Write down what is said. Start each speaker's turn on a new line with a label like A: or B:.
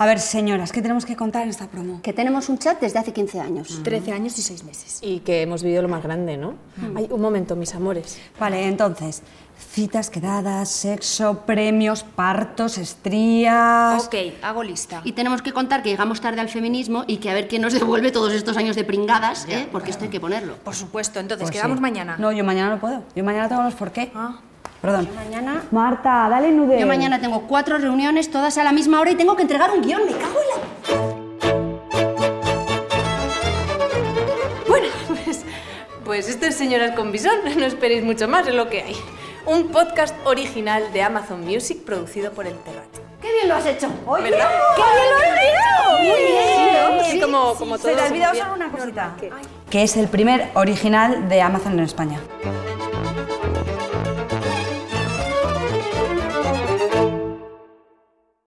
A: A ver, señoras, ¿qué tenemos que contar en esta promo?
B: Que tenemos un chat desde hace 15 años.
C: 13 años y 6 meses.
D: Y que hemos vivido lo más grande, ¿no? Ay, un momento, mis amores.
A: Vale, entonces, citas, quedadas, sexo, premios, partos, estrías...
C: Ok, hago lista.
B: Y tenemos que contar que llegamos tarde al feminismo y que a ver quién nos devuelve todos estos años de pringadas, ¿eh? porque esto hay que ponerlo.
C: Por supuesto, entonces
A: Pues
C: quedamos
A: sí.
C: mañana.
A: No, yo mañana no puedo. Yo mañana tengo los por qué.
C: Ah.
A: Perdón.
B: Mañana.
A: Marta, dale nude.
B: Yo mañana tengo cuatro reuniones, todas a la misma hora, y tengo que entregar un guión. Me cago en la
D: Bueno, pues, pues esto es Señoras con Bisón. No esperéis mucho más, es lo que hay. Un podcast original de Amazon Music producido por El Terrat.
B: ¡Qué bien lo has hecho!
D: ¡Qué bien lo has hecho! Muy bien. Sí, como, como
A: Se
D: todo
A: te ha olvidado
D: bien.
A: solo una cosita. Que es el primer original de Amazon en España.